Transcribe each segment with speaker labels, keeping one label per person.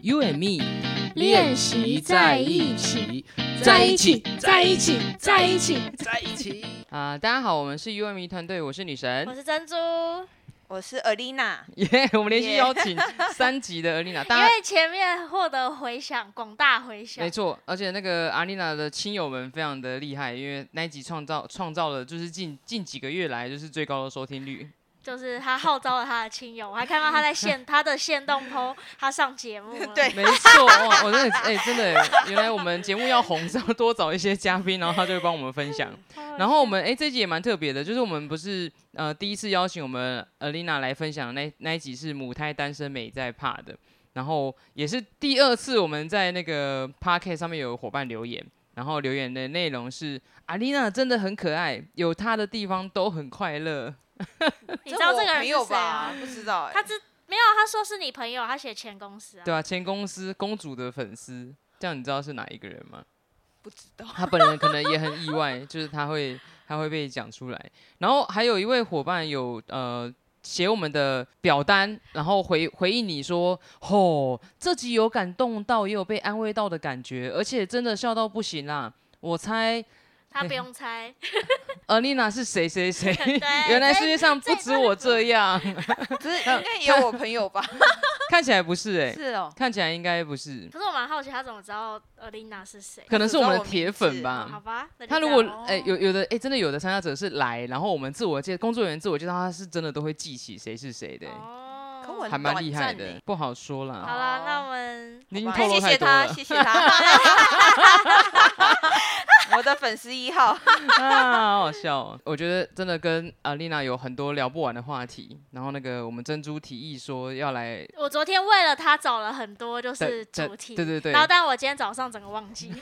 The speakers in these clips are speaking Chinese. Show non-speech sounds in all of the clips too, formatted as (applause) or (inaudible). Speaker 1: You and me
Speaker 2: 练习在一起，
Speaker 1: 在一起，在一起，在一起
Speaker 3: 在一起。
Speaker 1: 啊、大家好，我们是 U and me 团队，我是女神
Speaker 2: 我，是珍珠，
Speaker 4: (laughs) 我是 Alina，
Speaker 1: 耶 (laughs) 我们连续
Speaker 4: 耶
Speaker 1: 邀请三集的 a 丽 (laughs) 娜，大
Speaker 2: 因
Speaker 1: 家
Speaker 2: 为前面获得回响，广大回响
Speaker 1: 没，错，而且那个阿丽娜的亲友们非常的厉害，因为那一集创造创造了就是近近几个月来就是最高的收听率，
Speaker 2: 就是他号召了他的亲友，我还看到他在线他的线动
Speaker 1: (laughs)
Speaker 2: PO，他上节目了，
Speaker 4: 对
Speaker 1: 没错，哇，我真的哎、真的，原来我们节目要红是要多找一些嘉宾，然后他就会帮我们分
Speaker 2: (laughs)
Speaker 1: 享。
Speaker 2: 超好笑，
Speaker 1: 然后我们哎、这集也蛮特别的，就是我们不是呃第一次邀请我们 Alina 来分享的那那一集是母胎单身美在怕的，然后也是第二次我们在那个 p o c a s t 上面有伙伴留言，然后留言的内容是啊 Alina 真的很可爱，有她的地方都很快乐。
Speaker 2: (laughs) 你知道这个人
Speaker 4: 没有
Speaker 2: 是谁
Speaker 4: 吧
Speaker 2: 啊？？
Speaker 4: 不知道哎、
Speaker 2: 他知没有？啊他说是你朋友，他写前公司啊，
Speaker 1: 对啊，前公司公主的粉丝，这样你知道是哪一个人吗？
Speaker 4: 不知道。 (laughs)
Speaker 1: 他本人可能也很意外，就是他会他会被讲出来。然后还有一位伙伴有呃写我们的表单，然后回回应你说，吼、这集有感动到，也有被安慰到的感觉，而且真的笑到不行啦。我猜
Speaker 2: 他不用猜，
Speaker 1: 呃丽娜是谁谁谁，
Speaker 2: 对，
Speaker 1: (laughs) 原来世界上不
Speaker 2: 这
Speaker 1: 止我这样，
Speaker 4: 不是，应该也有我朋
Speaker 1: (laughs)
Speaker 4: 友吧？
Speaker 1: 看起来不是哎、
Speaker 4: 是哦，
Speaker 1: 看起来应该不是，
Speaker 2: 可是我蛮好奇他怎么知道 Alina 是谁，
Speaker 1: 可能是我们的
Speaker 4: 我
Speaker 1: 铁
Speaker 4: 名
Speaker 1: 粉
Speaker 4: 字
Speaker 1: 吧。
Speaker 2: 好吧？那
Speaker 1: 啊
Speaker 2: 就
Speaker 1: 他如
Speaker 2: 这
Speaker 1: 果
Speaker 2: 样
Speaker 1: 哎、有有的哎、真的有的参加者是来，然后我们自我介工作人员自我介绍，他是真的都会记起谁是谁的、
Speaker 2: 哦，
Speaker 4: 可我
Speaker 1: 还蛮
Speaker 4: 短
Speaker 1: 厉害
Speaker 4: 暂
Speaker 1: 的
Speaker 4: 欸，
Speaker 1: 不好说啦。
Speaker 2: 好了，那我们
Speaker 1: 您
Speaker 4: 吧
Speaker 1: 透
Speaker 4: 哎
Speaker 1: 露
Speaker 4: 谢
Speaker 1: 太
Speaker 4: 谢
Speaker 1: 多
Speaker 4: 他，
Speaker 1: 了
Speaker 4: 谢谢他。我的粉丝一号，
Speaker 1: (laughs) 啊，好好笑、哦。我觉得真的跟阿丽娜有很多聊不完的话题。然后那个我们珍珠提议说要来，
Speaker 2: 我昨天为了他找了很多就
Speaker 1: 对
Speaker 2: 是
Speaker 1: 对
Speaker 2: 主题，
Speaker 1: 对对对
Speaker 2: 然后但我今天早上整个忘
Speaker 1: (laughs)
Speaker 2: 记，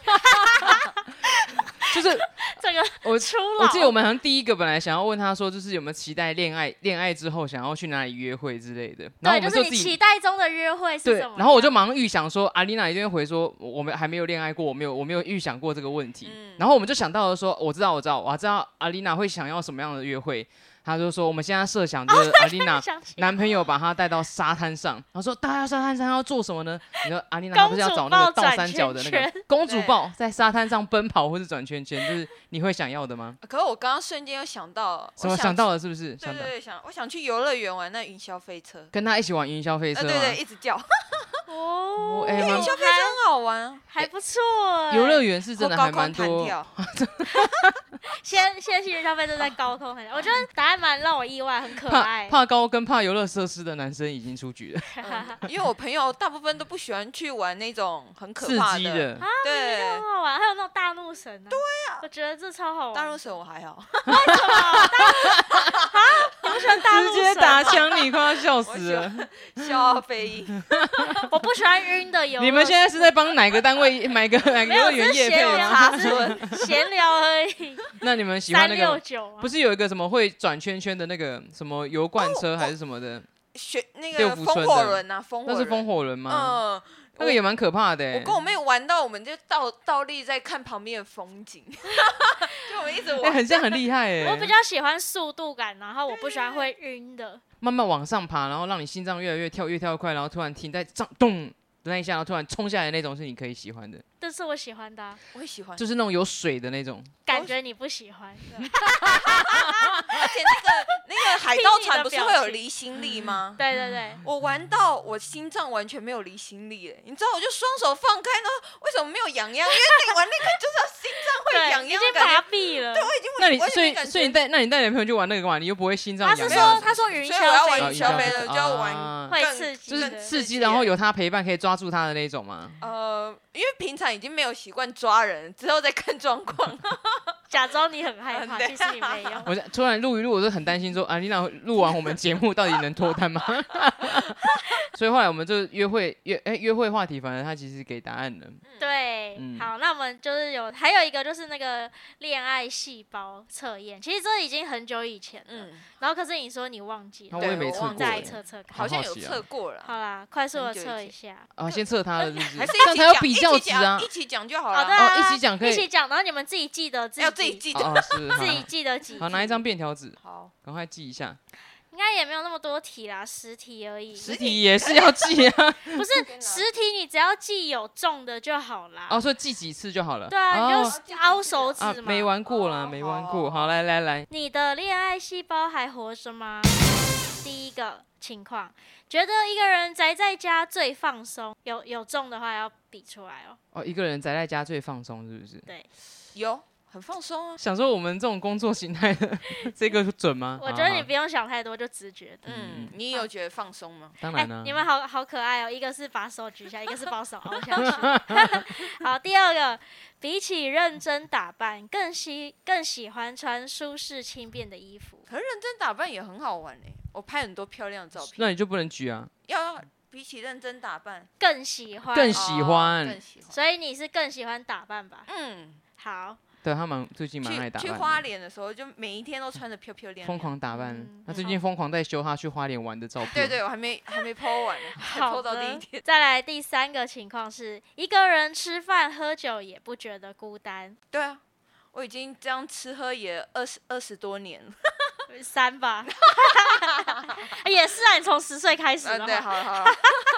Speaker 2: (laughs)
Speaker 1: 就是
Speaker 2: 整个
Speaker 1: 我
Speaker 2: 初老。
Speaker 1: 我记得我们好像第一个本来想要问他说，就是有没有期待恋爱，恋爱之后想要去哪里约会之类的。然后
Speaker 2: 对，
Speaker 1: 我
Speaker 2: 就
Speaker 1: 们自
Speaker 2: 是你期
Speaker 1: 己。
Speaker 2: 待中的约会是
Speaker 1: 对，
Speaker 2: 什么？
Speaker 1: 然后我就马上预想说，阿丽娜一定会回说，我我们还没有恋爱过，我没有我没有预想过这个问题。
Speaker 4: 嗯
Speaker 1: 然后我们就想到了说，我知道我知道，我知道阿丽娜会想要什么样的约会。她就说，我们现在设
Speaker 4: 哦
Speaker 1: 想就是阿丽娜 (laughs)
Speaker 2: 想起
Speaker 1: 男朋友把她带到沙滩上，然后说大家沙滩上要做什么呢？你说阿丽娜
Speaker 2: 公
Speaker 1: 她不是要
Speaker 2: 主
Speaker 1: 找那个
Speaker 2: 抱
Speaker 1: 倒
Speaker 2: 转
Speaker 1: 三角的那
Speaker 2: 圈
Speaker 1: 个
Speaker 2: 圈
Speaker 1: 公主
Speaker 4: 对
Speaker 1: 抱，在沙滩上奔跑或是转圈圈，就是你会想要的吗？
Speaker 4: 可是我刚刚瞬间又想到，
Speaker 1: 什
Speaker 4: 我
Speaker 1: 么
Speaker 4: 想
Speaker 1: 想到了是不是？
Speaker 4: 去？对
Speaker 1: 想到
Speaker 4: 对对，想我想去游乐园玩那云霄飞车，
Speaker 1: 跟她一起玩云霄飞
Speaker 4: 呃，
Speaker 1: 车
Speaker 4: 对
Speaker 1: 吗？
Speaker 4: 对，一直叫，
Speaker 2: 哦，
Speaker 1: 哎蛮
Speaker 4: 云霄飞车很好玩，
Speaker 2: 还还不错哎。
Speaker 1: 游乐园是
Speaker 4: 或
Speaker 1: 真的
Speaker 4: 高
Speaker 1: 还蛮
Speaker 4: 空弹
Speaker 1: 多，
Speaker 4: 跳，
Speaker 2: 先先去消费就在高
Speaker 1: (laughs)
Speaker 2: 空很，我觉得答案蛮让我意外，很可
Speaker 1: 怕
Speaker 2: 爱。
Speaker 1: 怕高跟怕游乐设施的男生已经出局了，
Speaker 4: 嗯 (laughs) 因为我朋友大部分都不喜欢去玩那种很可
Speaker 1: 刺
Speaker 4: 怕
Speaker 1: 激
Speaker 4: 的，
Speaker 1: 的。
Speaker 4: 对
Speaker 2: 很。好玩，还有那种大怒神啊！对呀，我觉得这超好玩。
Speaker 4: 大陆神我还好，
Speaker 1: 直
Speaker 2: 大陆
Speaker 1: 接
Speaker 2: 神
Speaker 1: 打
Speaker 2: 啊，
Speaker 1: 枪你，快要笑
Speaker 4: 我
Speaker 1: 死
Speaker 4: 喜
Speaker 1: 了！
Speaker 4: 欢笑飞鹰，
Speaker 2: 我不喜欢晕的游乐。
Speaker 1: 你们现在是在帮哪个单位买
Speaker 2: (laughs)
Speaker 1: 个哪个
Speaker 2: 没
Speaker 1: 游乐
Speaker 2: 有，
Speaker 1: 园
Speaker 2: 只是
Speaker 1: 业
Speaker 2: 闲
Speaker 1: 配吗？
Speaker 2: 聊，只是闲聊而已。
Speaker 1: 那你 (laughs) 们喜欢
Speaker 2: 三
Speaker 1: 那
Speaker 2: 六
Speaker 1: 个？
Speaker 2: 九啊
Speaker 1: 不，是有一个什么会转圈圈的那个什么油罐
Speaker 2: 哦
Speaker 1: 车还是什么的？
Speaker 4: 学那
Speaker 1: 六
Speaker 4: 个
Speaker 1: 福
Speaker 4: 风
Speaker 1: 村
Speaker 4: 火
Speaker 1: 的
Speaker 4: 轮啊，
Speaker 2: 哦
Speaker 4: 风火
Speaker 1: 那
Speaker 4: 轮，
Speaker 1: 是风火轮吗？
Speaker 4: 嗯，
Speaker 1: 那个也蛮可怕的欸。
Speaker 4: 我跟我妹玩到，我们就倒倒立在看旁边的风景， (laughs) 就我们一直
Speaker 1: 哎，
Speaker 4: 玩。
Speaker 1: 很像很厉害哎
Speaker 2: 我比。较喜欢速度感，然后我不喜
Speaker 1: 啊
Speaker 2: 欢会晕的。
Speaker 1: 慢慢往上爬，然后让你心脏越来越跳，越跳越快，然后突然停在上咚的那一下，然后突然冲下来那种是你可以喜欢的，
Speaker 2: 这是我喜欢的啊、
Speaker 4: 我也喜欢，
Speaker 1: 就是那种有水的那种。
Speaker 2: 感觉你不喜欢。
Speaker 4: 而且那个那个海盗船不是会
Speaker 2: 听你的表
Speaker 4: 有
Speaker 2: 情
Speaker 4: 离心力吗？嗯
Speaker 2: 对对
Speaker 1: (laughs)
Speaker 2: 对，
Speaker 4: 我玩到我心脏完全没有离心力耶，你知道，我就双手放开呢，为什么没有痒痒？因为你玩那个就是要心脏会
Speaker 2: 对，
Speaker 4: 痒
Speaker 2: 已
Speaker 4: 痒
Speaker 2: 经
Speaker 4: 的感
Speaker 2: 麻
Speaker 4: 觉，
Speaker 2: 痹了。
Speaker 4: 我已经
Speaker 1: 那你
Speaker 4: 完全
Speaker 1: 所以
Speaker 4: 没感觉
Speaker 1: 所以你带那你带男朋友去玩那个干嘛？你又不会心脏
Speaker 2: 他
Speaker 1: 痒痒
Speaker 2: 是
Speaker 4: 没有
Speaker 1: 的。
Speaker 2: 说他说云
Speaker 4: 所以我要
Speaker 2: 霄
Speaker 4: 玩
Speaker 2: 飞
Speaker 4: 云
Speaker 1: 哦云
Speaker 4: 霄
Speaker 1: 霄
Speaker 4: 飞
Speaker 1: 飞
Speaker 2: 车
Speaker 1: 车
Speaker 4: 车就要玩
Speaker 1: 啊
Speaker 2: 会
Speaker 4: 更
Speaker 2: 刺激
Speaker 1: 就
Speaker 2: 的
Speaker 1: 是
Speaker 2: 更
Speaker 1: 刺激，然后有他陪伴可以抓住他的那一种吗？
Speaker 4: 呃，因为平常已经没有习惯抓人，之后再看状况。
Speaker 2: 假装你 (laughs) 很害
Speaker 4: 嗯
Speaker 2: 怕，
Speaker 4: 对
Speaker 2: 其实你没有。
Speaker 1: 我在突然录一录，我就很担心说，啊，丽娜录完我们节目到底能脱单吗？ (laughs) 所以后来我们就约会约哎、约会话题，反正他其实给答案了。
Speaker 2: 对，
Speaker 1: 嗯
Speaker 2: 好，那我们就是有还有一个就是那个恋爱细胞测验，其实这已经很久以前了。
Speaker 4: 嗯，
Speaker 2: 然后可是你说你忘记
Speaker 1: 那
Speaker 2: 了，
Speaker 1: 我也没
Speaker 4: 对
Speaker 1: 测
Speaker 4: 我
Speaker 1: 过
Speaker 4: 忘记
Speaker 2: 再
Speaker 1: 哎
Speaker 4: 了
Speaker 2: 测测看。
Speaker 4: 好像
Speaker 1: 好
Speaker 4: 有
Speaker 1: 好奇啊
Speaker 4: 测过了。
Speaker 2: 好啦，快速的
Speaker 4: 很久以
Speaker 2: 测
Speaker 4: 前
Speaker 2: 一下。
Speaker 1: 啊，先测他了是不是？
Speaker 4: 还是
Speaker 1: 这样
Speaker 4: 一起
Speaker 1: 才有
Speaker 4: 讲，
Speaker 1: 比较值啊
Speaker 4: 一。起讲一起讲就好
Speaker 2: 好
Speaker 4: 了。
Speaker 2: 的、
Speaker 1: 哦
Speaker 2: 啊，
Speaker 1: 一起讲可以
Speaker 2: 一起讲，然后你们自己记得自己
Speaker 4: 要自己记得。
Speaker 1: 哦是
Speaker 2: 自己
Speaker 1: 好
Speaker 2: 记得几
Speaker 1: 好拿一
Speaker 2: 题
Speaker 1: 张便条纸，
Speaker 4: 好，
Speaker 1: 赶快记一下。
Speaker 2: 应该也没有那么多题啦，十题而已。
Speaker 1: 实体也是要记啊，
Speaker 2: 不是十题，你只要记有中的就好啦。
Speaker 1: 哦，所以记几次就好了。
Speaker 2: 对啊，你
Speaker 1: 哦
Speaker 2: 就凹手指
Speaker 1: 啊，
Speaker 2: 嘛。
Speaker 1: 没玩过啦，
Speaker 4: 哦
Speaker 1: 没玩
Speaker 4: 好
Speaker 1: 过。好，来来来，
Speaker 2: 你的恋爱细胞还活着吗？第一个情况，觉得一个人宅在家最放松，有有中的话要比出来哦。
Speaker 1: 哦，一个人宅在家最放松，是不是？ (laughs)
Speaker 4: 有很放松啊。
Speaker 1: 想说我们这种工作形态的这个准吗？
Speaker 2: (laughs)
Speaker 1: 啊
Speaker 2: 我觉得
Speaker 1: 好
Speaker 2: 你
Speaker 1: 好
Speaker 2: 不用想太多，就直觉的。
Speaker 1: 嗯
Speaker 4: 嗯，你有觉得放松吗？
Speaker 1: 当
Speaker 2: 哎、
Speaker 1: 然啊啦，
Speaker 2: 你们好好可爱哦！一个是把手举起来，一个是把手凹下去。
Speaker 1: (laughs)
Speaker 2: (laughs) 好，第二个，比起认真打扮，更喜更喜欢穿舒适轻便的衣服。
Speaker 4: 可是认真打扮也很好玩哎、我拍很多漂亮的照片。
Speaker 1: 那你就不能举啊，
Speaker 4: 要要比起认真打扮，
Speaker 2: 更喜欢，
Speaker 1: 更喜欢
Speaker 4: 哦更喜欢。
Speaker 2: 所以你是更喜欢打扮吧？
Speaker 4: 嗯，
Speaker 2: 好，
Speaker 1: 对他蛮最近蛮爱
Speaker 4: 去
Speaker 1: 打
Speaker 4: 去
Speaker 1: 扮的，
Speaker 4: 花莲的时候，就每一天都穿的漂漂亮
Speaker 1: 疯
Speaker 4: 亮。
Speaker 1: 狂打扮
Speaker 2: 嗯。
Speaker 1: 他最近疯狂在修他去花莲玩的照片。
Speaker 4: 对对，我还没还没剖完呢， (laughs) 才
Speaker 2: 好
Speaker 4: 剖到
Speaker 2: 的，
Speaker 4: 第一天。
Speaker 2: 再来第三个情况是，一个人吃饭喝酒也不觉得孤单，
Speaker 4: 对啊，我已经这样吃喝也二十二十多年了。
Speaker 2: 三吧， (laughs) 也是啊，你从十岁开始
Speaker 4: 啊，
Speaker 2: 的
Speaker 4: 对，
Speaker 2: 话，
Speaker 4: 好了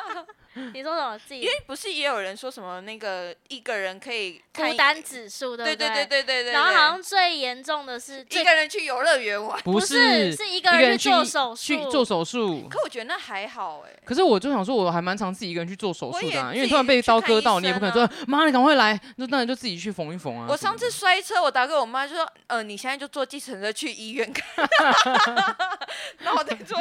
Speaker 4: 好了，
Speaker 2: 你说什么自己
Speaker 4: 因为不是也有人说什么那个一个人可以看
Speaker 2: 孤
Speaker 4: 一
Speaker 2: 单指数，对
Speaker 4: 对
Speaker 2: 不
Speaker 4: 对
Speaker 2: 对
Speaker 4: 对对对对，
Speaker 2: 然后
Speaker 4: 对
Speaker 2: 好像最严重的是
Speaker 4: 一
Speaker 2: 最
Speaker 4: 个人去游乐园玩，
Speaker 1: 不
Speaker 2: 是是一个
Speaker 1: 人
Speaker 2: 人去做手术，
Speaker 1: 去做手术。
Speaker 4: 可我觉得那还好哎、
Speaker 1: 可是我就想说，我还蛮常自己一个人去做手术的、
Speaker 4: 我
Speaker 1: 啊，
Speaker 4: 也
Speaker 1: 因为你突然被刀割到，
Speaker 4: 自
Speaker 1: 你
Speaker 4: 己
Speaker 1: 也
Speaker 4: 去
Speaker 1: 不
Speaker 4: 看医
Speaker 1: 可
Speaker 4: 生啊
Speaker 1: 能说妈，你赶快来，那当然就自己去缝一缝啊。
Speaker 4: 我
Speaker 1: 什么
Speaker 4: 上次
Speaker 1: 的
Speaker 4: 摔车，我打给我妈就说，呃，你现在就坐计程车去医院看， (laughs) 然后我再坐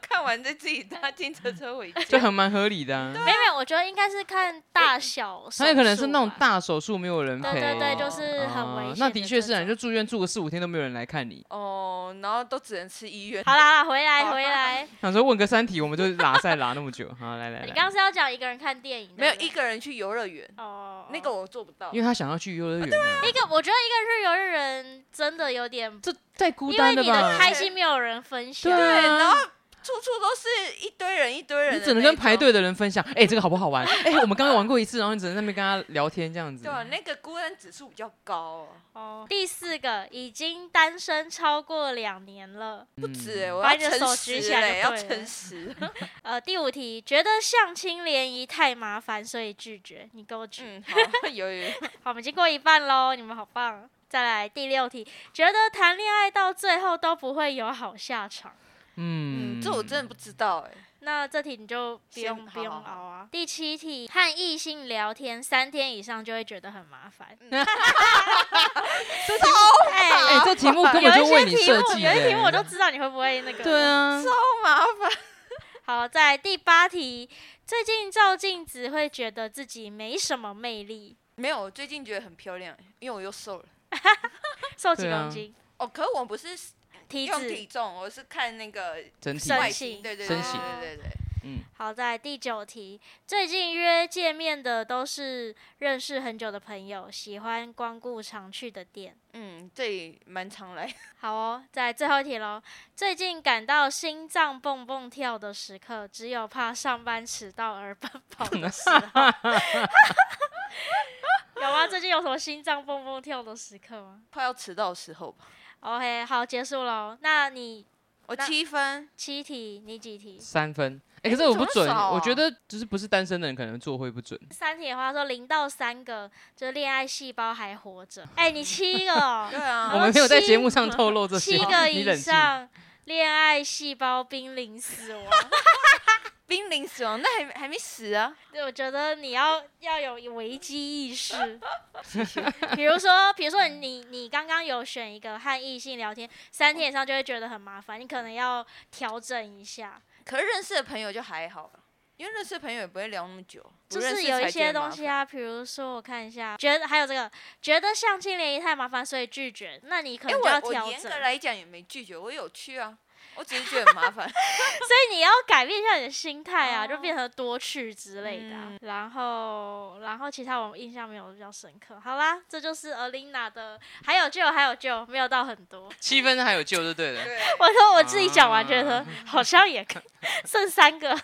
Speaker 4: 看完再自己搭计程车回 (laughs)
Speaker 1: 就
Speaker 4: 家。
Speaker 1: 很蛮合理的、啊，
Speaker 2: 没有没有，我觉得应该是看大小，
Speaker 1: 他也可能是那种，大手术没有人陪，
Speaker 2: 对对对，
Speaker 4: 哦
Speaker 2: 就是很危
Speaker 1: 啊
Speaker 2: 险、
Speaker 1: 那的确是、啊，你
Speaker 2: 就
Speaker 1: 就住院住个四五天都没有人来看你，
Speaker 4: 哦，然后都只能吃医院。
Speaker 2: 好啦好啦，回来回来，
Speaker 1: 想说问个三题，我们就拉赛拉那么久，好来来
Speaker 2: 你
Speaker 1: 来，
Speaker 2: 刚刚是要讲一个人看电影，
Speaker 4: 没有
Speaker 2: 对不对
Speaker 4: 一个人去游乐园，
Speaker 2: 哦，
Speaker 4: 那个我做不到
Speaker 1: 因。为他想要去幼儿园啊、
Speaker 2: 一个，我觉得一个日游的人真的有点，
Speaker 1: 这太孤
Speaker 2: 因
Speaker 1: 单
Speaker 2: 为
Speaker 1: 了
Speaker 2: 你
Speaker 1: 吧
Speaker 2: 的？开心没有人分享哦
Speaker 1: 对，
Speaker 4: 对，
Speaker 1: 啊
Speaker 4: 然后处处都是一堆人，一堆人。
Speaker 1: 你只能跟排。队的人分享，哎、这个好不好
Speaker 2: (laughs)
Speaker 1: 玩？哎、我们刚刚玩过一次，然后你只能在那边跟他聊天这样子嗯
Speaker 4: 对。啊，那个孤单指数比较高、啊，
Speaker 2: 哦，第四个已经单身超过两年了。
Speaker 1: 不
Speaker 4: 不止哎、我
Speaker 2: 把
Speaker 4: 要
Speaker 2: 你的手
Speaker 4: 诚
Speaker 2: 举
Speaker 4: 实
Speaker 2: 起来
Speaker 4: 哎、
Speaker 2: 就
Speaker 4: 要
Speaker 2: 对了 (laughs)
Speaker 4: 诚实。
Speaker 2: 呃，第五题，觉得相亲联谊太麻烦，所以拒绝。你给我举。
Speaker 4: 嗯，好，有有 (laughs) 有。
Speaker 2: 好，我们已经过一半喽，你们好棒。再来第六题，觉得谈恋爱到最后都不会有好下场。
Speaker 1: 嗯
Speaker 4: 嗯，这我真的不知道哎、
Speaker 2: 那这题你就不
Speaker 4: 先
Speaker 2: 用不
Speaker 4: 好
Speaker 2: 用
Speaker 4: 好
Speaker 2: 熬
Speaker 4: 好
Speaker 2: 啊。第七题，和异性聊天三天以上就会觉得很麻烦。
Speaker 4: 嗯
Speaker 2: (laughs)
Speaker 1: 这题目，哎、
Speaker 2: 哎
Speaker 1: 这题目根
Speaker 2: 有
Speaker 1: 本就
Speaker 2: 一
Speaker 1: 为
Speaker 2: 些
Speaker 1: 你
Speaker 2: 题目，
Speaker 1: 设计的、欸
Speaker 2: 有一些题目我都知道你会不会那个。
Speaker 1: 对。啊，
Speaker 4: 好麻烦。
Speaker 2: 好，再来第八题，最近照镜子会觉得自己没什么魅力，
Speaker 4: 没有，我最近觉得很漂亮，欸因为我又瘦了。
Speaker 2: 瘦几
Speaker 1: 对啊
Speaker 2: 公斤？
Speaker 4: 哦，可我不是
Speaker 2: 体
Speaker 4: 用
Speaker 2: 脂
Speaker 4: 体。重，我是看那个
Speaker 1: 整体嗯
Speaker 2: 身
Speaker 4: 外
Speaker 2: 形
Speaker 4: 形，对对对
Speaker 1: 身
Speaker 4: 对
Speaker 1: 形
Speaker 4: 对对对。
Speaker 2: 好，再来第九题，最近约见面的都是认识很久的朋友，喜欢光顾常去的店。
Speaker 4: 嗯，这里蛮常来。
Speaker 2: 好哦，再来最后一题喽。最近感到心脏蹦蹦跳的时刻，只有怕上班迟到而奔跑的时
Speaker 1: (laughs)
Speaker 2: 候。有吗？最近有什么心脏蹦蹦跳的时刻吗？
Speaker 4: 快要迟到的时候吧。
Speaker 2: OK，好，结束喽。那你
Speaker 4: 我
Speaker 2: 那
Speaker 4: 七 (laughs) 分，
Speaker 2: 七题，你几题？
Speaker 1: 三分。哎、可
Speaker 4: 哎
Speaker 1: 是
Speaker 4: 这
Speaker 1: 我
Speaker 4: 怎
Speaker 1: 不
Speaker 4: 么
Speaker 1: 准，
Speaker 4: 少
Speaker 1: 我
Speaker 4: 啊
Speaker 1: 觉得就是不是单身的人可能做会不准。
Speaker 2: 三题的话说零到三个，就是恋爱细胞还活着。哎、你七个、哦
Speaker 4: 对，
Speaker 1: 我
Speaker 4: 啊，
Speaker 1: 们没有在
Speaker 2: 七
Speaker 1: 节目上透 (laughs) 露这些，
Speaker 2: 七
Speaker 1: 哦
Speaker 2: 个
Speaker 1: 你
Speaker 2: 以
Speaker 1: 冷静。
Speaker 2: 上，恋爱细胞濒临死亡。
Speaker 4: 濒临死亡，那还还没死啊？
Speaker 2: 对，我觉得你要要有危机意
Speaker 4: (laughs)
Speaker 2: 识。比如说，比如说你你刚刚有选一个和异性聊天三天以上就会觉得很麻烦，你可能要调整一下。
Speaker 4: 可是认识的朋友就还好了，因为认识的朋友也不会聊那么久，不
Speaker 2: 就
Speaker 4: 认
Speaker 2: 是
Speaker 4: 识
Speaker 2: 有一
Speaker 4: 才觉
Speaker 2: 些
Speaker 4: 得
Speaker 2: 东
Speaker 4: 麻
Speaker 2: 西啊，比如说我看一下，觉得还有这个，觉得相亲联谊太麻烦，所以拒绝。那你可
Speaker 4: 烦。哎，
Speaker 2: 能就要
Speaker 4: 我
Speaker 2: 调
Speaker 4: 我严格
Speaker 2: 整，
Speaker 4: 来讲也没拒绝，我有去啊，我只是觉得很麻烦。
Speaker 2: 所以你要改变一下你的心态啊，就
Speaker 4: 哦
Speaker 2: 变成多去之类的啊、
Speaker 4: 嗯
Speaker 2: 然后，然后其他我印象没有比较深刻。好啦，这就是 Alina 的，还有救，还有救，没有到很多。 (laughs)
Speaker 1: 七分还有救就对了。
Speaker 4: 对，
Speaker 2: 我说我自己讲完，觉
Speaker 1: 啊
Speaker 2: 得好像也可以剩三个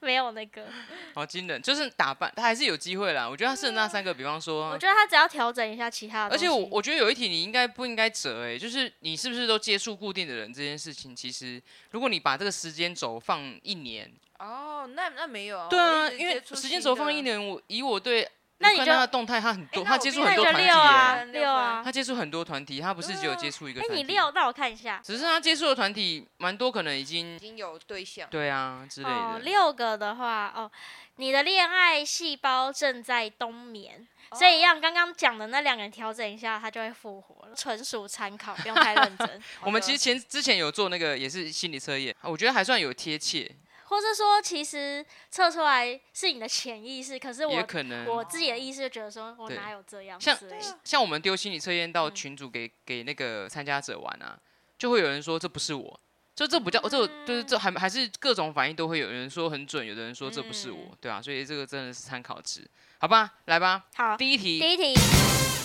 Speaker 2: 没有那个。
Speaker 1: 好惊人，就是打扮，他还是有机会啦。我觉得他剩那三个，比方
Speaker 2: 我
Speaker 1: 说，
Speaker 2: 觉得他只要调整一下其他的
Speaker 1: 而
Speaker 2: 东西，
Speaker 1: 欸且我我觉得有一题你应该不应该折哎、就是你是不是都接触固定的人这件事情，其实实如果你把这个时间轴放一年，
Speaker 4: (laughs) 哦，那那没有，
Speaker 1: 对
Speaker 4: 我
Speaker 1: 啊，
Speaker 4: 一直
Speaker 1: 因为
Speaker 4: 接触
Speaker 1: 时
Speaker 4: 新
Speaker 1: 间轴放
Speaker 4: 的哎
Speaker 1: 一，年，我以我对
Speaker 2: 啊那
Speaker 1: 我
Speaker 2: 你
Speaker 1: 看
Speaker 2: 就哎
Speaker 1: 到他的动态，他很多，
Speaker 4: 那
Speaker 1: 他
Speaker 4: 我
Speaker 1: 接触
Speaker 4: 比
Speaker 1: 很
Speaker 4: 你
Speaker 1: 多
Speaker 2: 那
Speaker 1: 团
Speaker 2: 你
Speaker 1: 体耶，
Speaker 2: 就六啊
Speaker 4: 耶
Speaker 2: 六啊，
Speaker 1: 他接触很多团体，他不是只有接触一个
Speaker 2: 哎
Speaker 1: 团体。
Speaker 2: 你六，那我看一下。
Speaker 1: 只是他接触的团体蛮多，可能已经
Speaker 4: 已经有对象，
Speaker 1: 对啊之类
Speaker 2: 哦，
Speaker 1: 的。
Speaker 2: 六个的话，哦，你的恋爱细胞正在冬眠，所
Speaker 4: 哦
Speaker 2: 以让刚刚讲的那两个人调整一下，它就会复活了。纯属参考，不用太认 (laughs) 真。
Speaker 1: 我们其实
Speaker 4: 实
Speaker 1: 前之前有做那个也是心理测验，我觉得还算有贴切，
Speaker 2: 或是说，其实测出来是你的潜意识，可是
Speaker 1: 也
Speaker 2: 我
Speaker 1: 可能
Speaker 2: 我自己的意识就觉得说，我
Speaker 1: 对
Speaker 2: 哪有这样之
Speaker 1: 像
Speaker 4: 啊
Speaker 2: 类的。
Speaker 1: 像我们丢心理测验到
Speaker 2: 嗯
Speaker 1: 群主给给那个参加者玩啊，就会有人说这不是我，就这不叫，这
Speaker 2: 嗯
Speaker 1: 就是这还还是各种反应都会有人说很准，有的人说这不是
Speaker 2: 嗯
Speaker 1: 我，对啊，所以这个真的是参考值，好吧，来吧，
Speaker 2: 好，
Speaker 1: 第一题
Speaker 2: 第一题，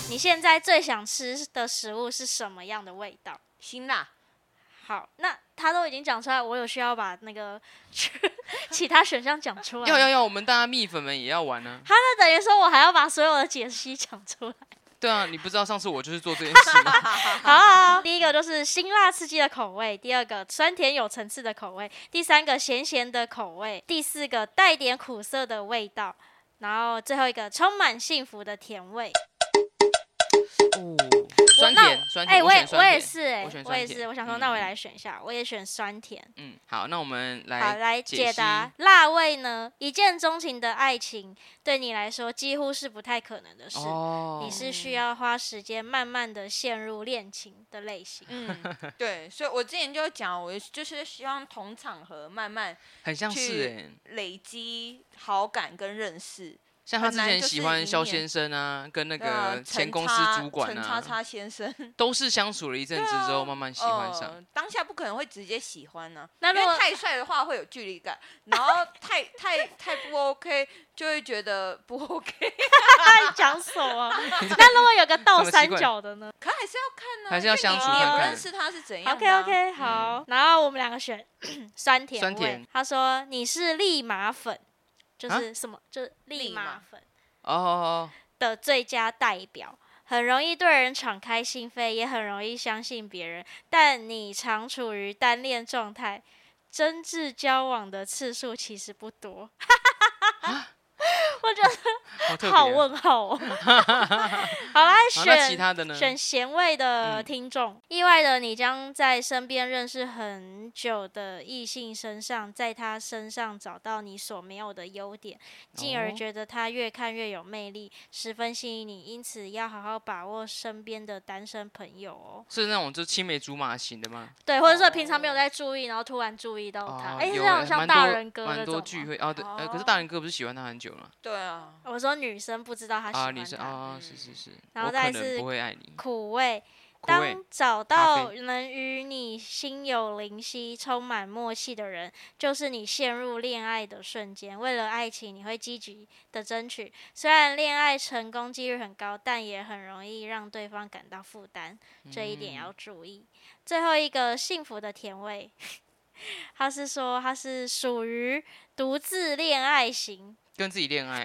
Speaker 2: 你现在最想吃的食物是什么样的味道？
Speaker 4: 辛辣，
Speaker 2: 好，那他都已经讲出来，我有需要把那个 (laughs) 其他选项讲出来吗。
Speaker 1: 要要要，我们大家蜜粉们也要玩啊，
Speaker 2: 他那等于说我还要把所有的解析讲出来。
Speaker 1: 对啊，你不知道上次我就是做这件
Speaker 4: 哦
Speaker 1: 事吗？
Speaker 2: 好好好，第一个就是辛辣刺激的口味，第二个酸甜有层次的口味，第三个咸咸的口味，第四个带点苦涩的味道，然后最后一个充满幸福的甜味。
Speaker 1: 哦，
Speaker 2: 我
Speaker 1: (laughs) 酸
Speaker 2: 那
Speaker 1: 甜酸
Speaker 2: 哎、
Speaker 1: 甜，
Speaker 2: 我也
Speaker 1: 选
Speaker 2: 我
Speaker 1: 酸
Speaker 2: 也
Speaker 1: 甜。
Speaker 2: 是哎、
Speaker 1: 我选
Speaker 2: 我也
Speaker 1: 酸甜
Speaker 2: 是，我想说，
Speaker 1: 嗯
Speaker 2: 那我也来选一下，我也选酸甜。
Speaker 1: 嗯，好，那我们
Speaker 2: 好，
Speaker 1: 来
Speaker 2: 来
Speaker 1: 解
Speaker 2: 解答辣味呢？一见钟情的爱情对你来说几乎是不太可能的事，
Speaker 1: 哦
Speaker 2: 你是需要花时间慢慢的陷入恋情的类型。
Speaker 4: 嗯，对，所以我之前就讲，我就是希望同场合慢慢
Speaker 1: 很像
Speaker 4: 去
Speaker 1: 是哎，
Speaker 4: 累积好感跟认识，
Speaker 1: 像他
Speaker 4: 本
Speaker 1: 之
Speaker 4: 来
Speaker 1: 前
Speaker 4: 就
Speaker 1: 喜
Speaker 4: 是
Speaker 1: 欢
Speaker 4: 一
Speaker 1: 肖
Speaker 4: 面
Speaker 1: 先生啊，跟那个
Speaker 4: 陈
Speaker 1: 前公司
Speaker 4: 叉
Speaker 1: 主管
Speaker 4: 陈
Speaker 1: 啊
Speaker 4: 叉，叉先生
Speaker 1: 都是相处了一阵子之
Speaker 2: 啊
Speaker 1: 后慢慢喜欢上。
Speaker 2: 嗯
Speaker 4: 呃当下不可能会直接喜欢啊呢、
Speaker 2: 那如
Speaker 4: 因
Speaker 2: 果
Speaker 4: 为太帅的话会有距离感，然后太太太不 OK 就会觉得不 (laughs) OK，
Speaker 2: 他讲什么？ (laughs) 那如果有个倒
Speaker 1: 什么奇
Speaker 2: 三
Speaker 1: 怪
Speaker 2: 角的呢
Speaker 4: 可还是要看呢、
Speaker 1: 还是要
Speaker 4: 因为
Speaker 1: 相
Speaker 4: 你
Speaker 2: 处
Speaker 4: 你也
Speaker 2: 看
Speaker 4: 不
Speaker 2: 看
Speaker 4: 认识他是怎样的
Speaker 2: ？OK
Speaker 4: 啊、
Speaker 2: OK，好。然后我们两个选酸
Speaker 1: 嗯
Speaker 2: 甜味。
Speaker 1: 酸甜
Speaker 2: 他说你是利马粉，就
Speaker 1: 啊
Speaker 2: 是什么？就是利
Speaker 4: 利马
Speaker 2: 马粉
Speaker 1: 哦哦
Speaker 2: 的最佳代表。很容易对人敞开心扉，也很容易相信别人，但你常处于单恋状态，真挚交往的次数其实不多。我觉得
Speaker 1: 哦，好特别、
Speaker 2: 好
Speaker 1: 啊。
Speaker 2: 问号
Speaker 1: (laughs)
Speaker 2: 哦。好啦，
Speaker 1: 好，
Speaker 2: 选
Speaker 1: 那其他的呢？
Speaker 2: 选咸味的
Speaker 1: 嗯
Speaker 2: 听众，意外的你将在身边认识很久的异性身上，在他身上找到你所没有的优点，进而
Speaker 1: 哦
Speaker 2: 觉得他越看越有魅力，十分吸引你。因此要好好把握身边的单身朋友哦。
Speaker 1: 是那种就青梅竹马型的吗？
Speaker 2: 对，或者说平常没
Speaker 1: 哦
Speaker 2: 有在注意，然后突然注意到他，哎、
Speaker 1: 有
Speaker 2: 这种
Speaker 1: 欸
Speaker 2: 像
Speaker 1: 蛮
Speaker 2: 大
Speaker 1: 多
Speaker 2: 人哥那
Speaker 1: 蛮
Speaker 2: 种
Speaker 1: 多
Speaker 2: 吗。
Speaker 1: 聚会哦，对，呃，可是大人哥不是喜欢他很久了吗
Speaker 4: 对啊，
Speaker 2: 我说女生不知道他喜
Speaker 1: 啊？
Speaker 2: 欢
Speaker 1: 女生
Speaker 2: 他
Speaker 1: 啊，哦
Speaker 4: 嗯
Speaker 1: 是是是，
Speaker 2: 然后
Speaker 1: 我
Speaker 2: 再
Speaker 1: 可
Speaker 2: 是
Speaker 1: 能不会爱你。
Speaker 2: 苦味，
Speaker 1: 苦味
Speaker 2: 当找
Speaker 1: 咖
Speaker 2: 到
Speaker 1: 啡
Speaker 2: 能与你心有灵犀、充满默契的人，就是你陷入恋爱的瞬间。为了爱情，你会积极的争取，虽然恋爱成功几率很高，但也很容易让对方感到负担，这一
Speaker 1: 嗯
Speaker 2: 点要注意。最后一个幸福的甜味， (laughs) 他是说他是属于独自恋爱型，
Speaker 1: 跟自己恋
Speaker 2: (laughs)
Speaker 1: 爱、啊，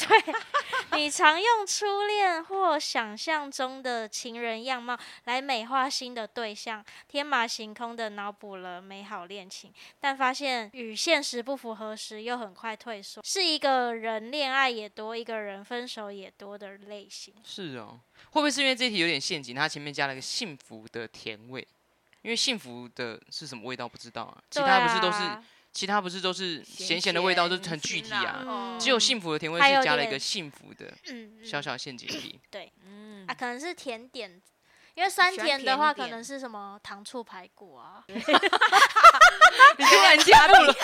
Speaker 2: 你常用初恋或想象中的情人样貌来美化新的对象，天马行空的脑补了美好恋情，但发现与现实不符合时，又很快退缩，是一个人恋爱也多，一个人分手也多的类型。
Speaker 1: 是哦，会不会是因为这一题有点陷阱？它前面加了一个幸福的甜味，因为幸福的是什么味道不知道啊，其
Speaker 2: 对
Speaker 1: 他不是都是，
Speaker 2: 啊
Speaker 1: 其他不是都是
Speaker 4: 咸
Speaker 1: 咸咸的味道，就
Speaker 4: 咸
Speaker 1: 很具
Speaker 4: 辛
Speaker 1: 体
Speaker 4: 辣
Speaker 1: 啊。
Speaker 2: 嗯
Speaker 1: 只有幸福的甜味
Speaker 2: 还
Speaker 1: 是
Speaker 2: 有
Speaker 1: 加了一
Speaker 2: 点
Speaker 1: 个幸福的
Speaker 2: 嗯，嗯
Speaker 1: 小小陷阱题。
Speaker 4: 嗯
Speaker 2: 啊，可能是甜点。因为酸
Speaker 4: 喜欢
Speaker 2: 甜的
Speaker 4: 甜
Speaker 2: 话，可
Speaker 4: 点
Speaker 2: 能是什么糖醋排骨啊，
Speaker 1: 你 (laughs) 突然颠覆了，